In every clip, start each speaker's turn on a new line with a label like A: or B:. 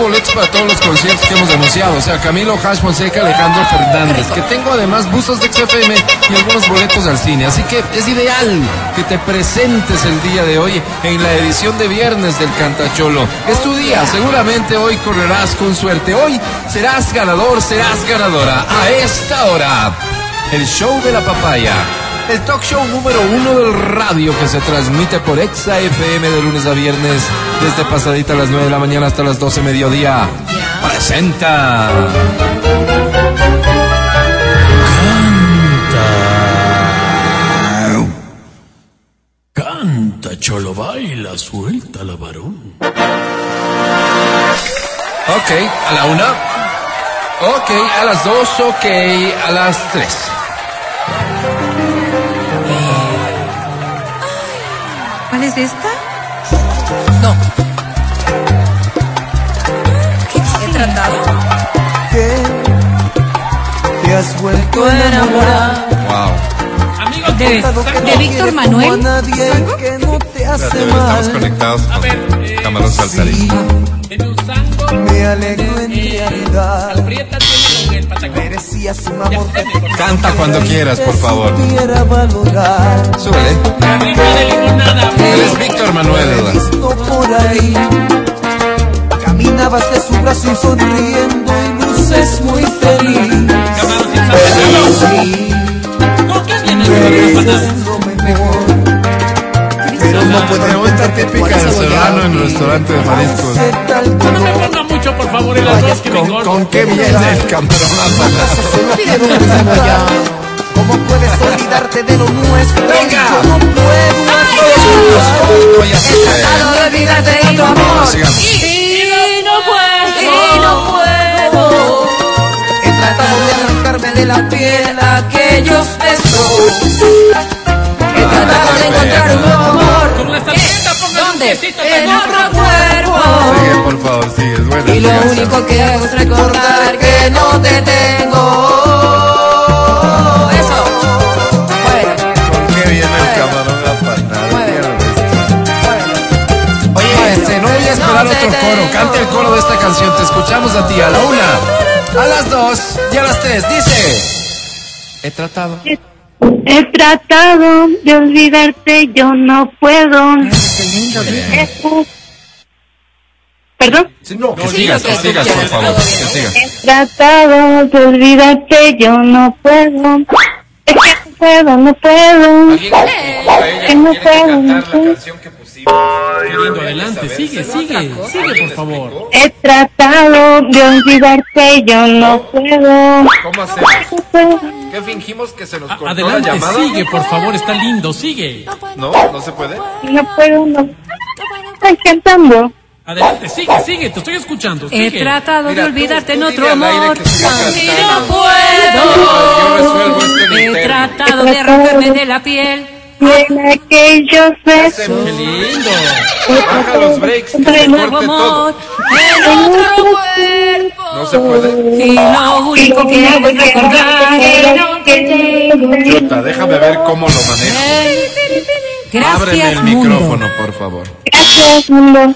A: boletos para todos los conciertos que hemos anunciado. O sea, Camilo Hash Fonseca, Alejandro Fernández. Que tengo además buzos de XFM y algunos boletos al cine. Así que es ideal que te presentes el día de hoy en la edición de viernes del Cantacholo. Es tu día, seguramente hoy correrás con suerte. Hoy serás ganador, serás ganadora. A esta hora, el show de la papaya. El talk show número uno del radio que se transmite por Exa FM de lunes a viernes, desde pasadita a las 9 de la mañana hasta las 12 de mediodía. Presenta.
B: Canta. Canta, cholo, baila, suelta la varón.
A: Ok, a la una. Ok, a las dos. Ok, a las tres.
C: ¿Cuál es esta?
D: No.
C: ¿Qué tiene? tratado?
E: Te has vuelto a enamorar.
A: Wow.
D: Amigos,
C: De, de Víctor
E: Como
C: Manuel.
E: a nadie que no te hace
F: Estamos
E: mal.
F: conectados
D: A ver, eh,
F: con Camarón Saltarín.
E: Sí,
D: en un sango,
E: me alegro en
D: eh,
E: realidad.
D: aprieta tiene con el patacón.
E: Merecías un amor que te
F: Canta cuando quieras, por favor.
E: supiera valorar.
F: Súbele.
D: Arriba de limonada.
F: Él es Víctor Manuel,
E: Te he
F: ¿verdad?
E: visto por ahí. Caminabas de su brazo y sonriendo y luces muy feliz.
D: Camaroncín saltarín.
E: Sí,
D: ¿Por qué tienes
E: tú
D: que
E: mereces
D: patacón?
E: lo mejor. Pero no puedo
F: Pregunta
E: entender
F: típica
E: cuál
F: del
E: soy
F: serrano en
E: aquí.
F: el restaurante de mariscos.
E: Sé tal
D: No me
E: como
D: ponga mucho, por favor, el arroz que me
F: ¿Con,
D: engorda.
F: con qué viene el camarón apanado?
E: Solo quiero un beso ya. ¿Cómo puedes olvidarte de lo nuestro?
A: Venga.
E: ¿Cómo puedo hacerlo?
C: Tratado de olvidarte de tu amor. Y no puedo. Y no puedo.
E: He tratado de arrancarme de la piel aquellos besos.
C: He tratado de encontrar un nuevo amor.
D: Con la tarjeta, ponga un
C: ¿Dónde?
D: quesito
C: En
D: tan
C: otro
D: gordo.
C: cuerpo.
F: Sigue, por favor, sigue. Es buena.
C: Y lo
F: sigue.
C: único que hago es recordar que no te tengo. Eso. Muévelo,
F: ¿Con qué viene el camarón apanado?
C: Mueve.
F: Mierda.
C: muévelo.
A: Oye, este, no voy a esperar otro coro. Cante el coro de esta canción. Te escuchamos a ti a la una, a las dos y a las tres. Dice. He tratado.
G: He tratado de olvidarte, yo no puedo. He- Perdón,
A: Sí, No, que
D: No,
A: sigas, que
D: digas lo que
A: sigas, por
D: quieras,
A: favor. Que
D: todo bien.
A: sigas.
G: he tratado de olvidarte, yo no puedo. Es que no puedo, no puedo.
F: Oiga,
G: no
F: tiene que
G: puedo, no
F: cantar la
G: puedo.
F: canción que pusimos.
D: Lindo, Adelante, sigue, sigue, sigue, por favor.
G: He tratado de olvidarte, yo no puedo.
F: ¿Cómo hacemos?
G: No puedo.
F: ¿Qué fingimos que se nos cortó la
D: Adelante,
F: llamada?
D: sigue, por favor, está lindo, sigue.
F: No, no se puede.
G: No puedo, no. Estoy cantando.
D: Adelante, sigue, sigue, te estoy
F: Eh,
D: escuchando,
C: He
D: sigue.
C: tratado
F: Mira,
C: de olvidarte
F: tú-
C: en
F: tú
C: otro
F: dile al aire
C: amor.
F: que siga
C: Y
F: cantando.
C: no
F: Yo
C: puedo.
F: resuelvo este
C: He
F: misterio.
C: tratado de arrancarme de la piel.
G: En aquellos besos.
D: Qué
F: Hacemos-
D: lindo.
F: Baja los breaks, que se
C: Un nuevo
F: corte todo.
C: amor en otro cuerpo.
F: No se puede.
C: Y lo único que hago es recordar
F: Chuta, déjame ver cómo lo manejo.
C: el-
F: Ábreme
C: Gracias,
F: el
C: mundo.
F: micrófono, por favor.
G: Gracias, mundo.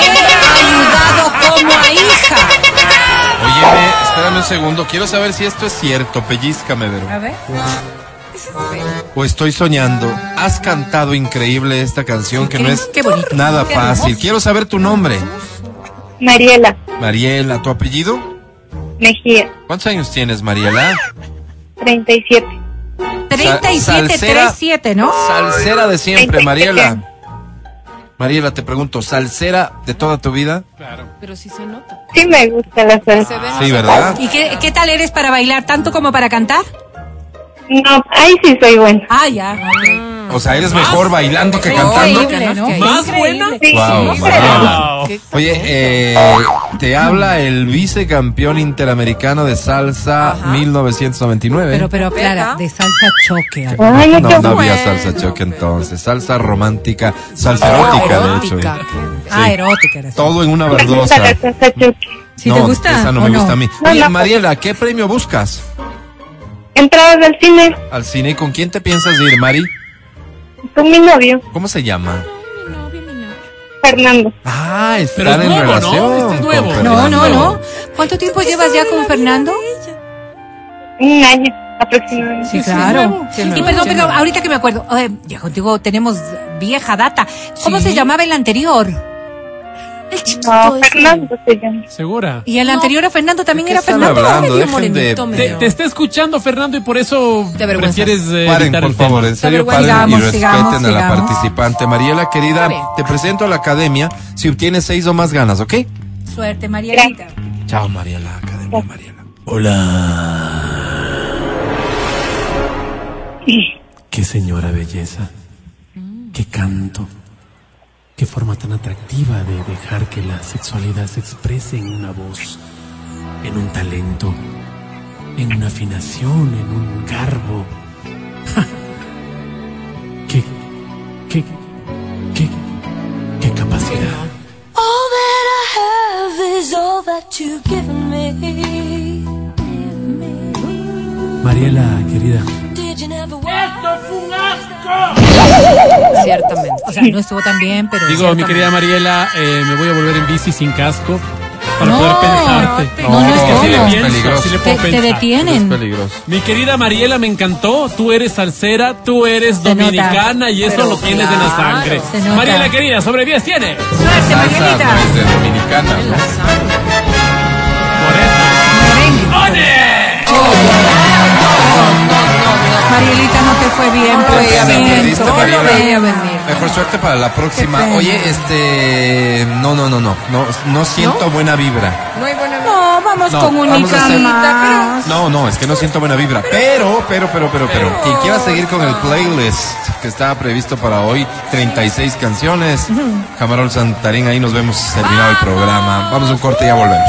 C: Ayudado como a hija.
F: Óyeme, espérame un segundo. Quiero saber si esto es cierto. Pellízcame, Vero.
C: A ver.
F: O estoy soñando. Has cantado increíble esta canción que no es
C: Qué bonito.
F: nada
C: Qué
F: fácil. Quiero saber tu nombre.
G: Mariela
F: Mariela, ¿tu apellido?
G: Mejía,
F: ¿Cuántos años tienes, Mariela?
G: 37.
C: 3737, ¿no?
F: Salsera de siempre,
G: 37.
F: Mariela. Mariela, te pregunto, ¿salsera de toda tu vida?
C: Pero sí se nota.
G: Sí me gusta la salsa.
F: Sí, ¿verdad?
C: ¿Y qué, qué tal eres para bailar tanto como para cantar?
G: No, ahí sí soy buena.
C: Ah, ya.
F: O sea, eres mejor bailando que cantando.
C: Increíble, ¿no?
D: ¿Más buena?
G: Sí,
F: Wow,
G: sí,
F: Mariela.
D: Wow.
F: Oye, eh, te habla el vicecampeón interamericano de salsa 1999.
C: Pero, pero, Clara, de salsa choque.
G: pero- Ay, qué
F: no, no había
G: bueno.
F: salsa choque entonces, salsa romántica, salsa erótica, de hecho.
C: erótica.
F: eh.
C: Ah,
F: Sí.
C: erótica. era eso.
F: Todo en una
G: Me gusta
F: verdosa.
G: la salsa choque.
C: ¿Sí
F: no,
C: te gusta
F: Esa no
C: o
F: me
C: no?
F: gusta a mí.
G: No,
F: Oye,
G: no.
F: Mariela, ¿qué premio buscas
G: Entradas al cine
F: al cine? ¿Con quién te piensas ir, Mari?
G: Con mi novio,
F: ¿Cómo se llama?
H: Mi novio, mi novio.
G: Fernando.
F: Ah, están
D: Pero es
F: en
D: nuevo, ¿no?
F: relación.
D: Este es
F: con
D: nuevo.
F: Fernando.
C: No, no, no. ¿Cuánto tiempo llevas ya con Fernando?
G: Un año aproximadamente.
C: Sí,
H: Sí, nuevo.
C: claro.
H: Sí,
C: y
H: nuevo,
C: perdón,
H: sí,
C: pero
H: nuevo.
C: ahorita que me acuerdo, eh, ya contigo tenemos vieja data. ¿Cómo
H: Sí.
C: se llamaba el anterior?
H: El chiquito
G: No,
H: ese.
G: Fernando se llama.
D: ¿Segura?
C: Y el
H: No.
C: anterior a Fernando también
F: ¿De qué
C: era
F: están
C: Fernando.
F: hablando?
H: medio
F: Dejen de...
H: morenito,
D: Te,
H: medio.
D: te está escuchando Fernando y por eso
H: Te avergüenzas.
D: prefieres eh,
F: Paren,
D: evitar
F: por
D: el tema.
F: favor, en serio, paren y
C: Sigamos,
F: respeten
C: sigamos,
F: a la
C: sigamos.
F: participante. Mariela,
H: Está
F: querida,
H: bien.
F: te presento a la academia si obtienes seis o más ganas, ¿ok?
C: Suerte, Marielita.
F: Chao, Mariela, academia, Mariela.
B: Hola. Qué señora belleza. Qué canto. Qué forma tan atractiva de dejar que la sexualidad se exprese en una voz, en un talento, en una afinación, en un garbo. ¡Ja! Qué, qué, qué, qué capacidad.
H: All that I have is all that you've given me.
B: Mariela, querida.
H: Did you never ¡Esto es un asco!
E: Ciertamente.
C: O sea, no estuvo tan bien, pero.
D: Digo, mi querida Mariela, eh, me voy a volver en bici sin casco para
C: No,
D: poder pensarte.
C: no, no,
D: es que
C: no.
D: así le
C: Es
D: pienso,
F: peligroso.
D: así le
C: Te,
D: puedo
C: te
D: pensar.
F: Es
C: detienen.
F: peligroso.
D: Mi querida Mariela, me encantó. Tú eres salsera, tú eres
C: Se nota.
D: dominicana y eso
C: Pero
D: lo tienes en la
C: claro,
D: sangre.
C: se nota.
D: Mariela, querida, sobre 10 tiene.
C: Suerte,
F: Salsa,
C: Marielita.
F: pues, de dominicana, ¿no?
D: ¡One!
C: Marielita no te fue bien,
F: Qué
C: pues.
F: pena perdiste,
C: siento. No lo
F: Mariela.
C: veía venir.
F: Mejor suerte para la próxima.
C: pena.
F: Oye, este, no, no, no, no, no, no siento buena vibra.
E: No hay buena
C: No, vamos
F: No,
C: con
F: vamos a
C: única
F: hacer-
C: más.
F: No, no, es que no siento buena vibra. Pero, pero, pero, pero, pero, quien quiera seguir con el playlist que está previsto para hoy, 36 canciones. Camarón Santarín, ahí nos vemos terminado el programa. Vamos a un corte y ya volvemos.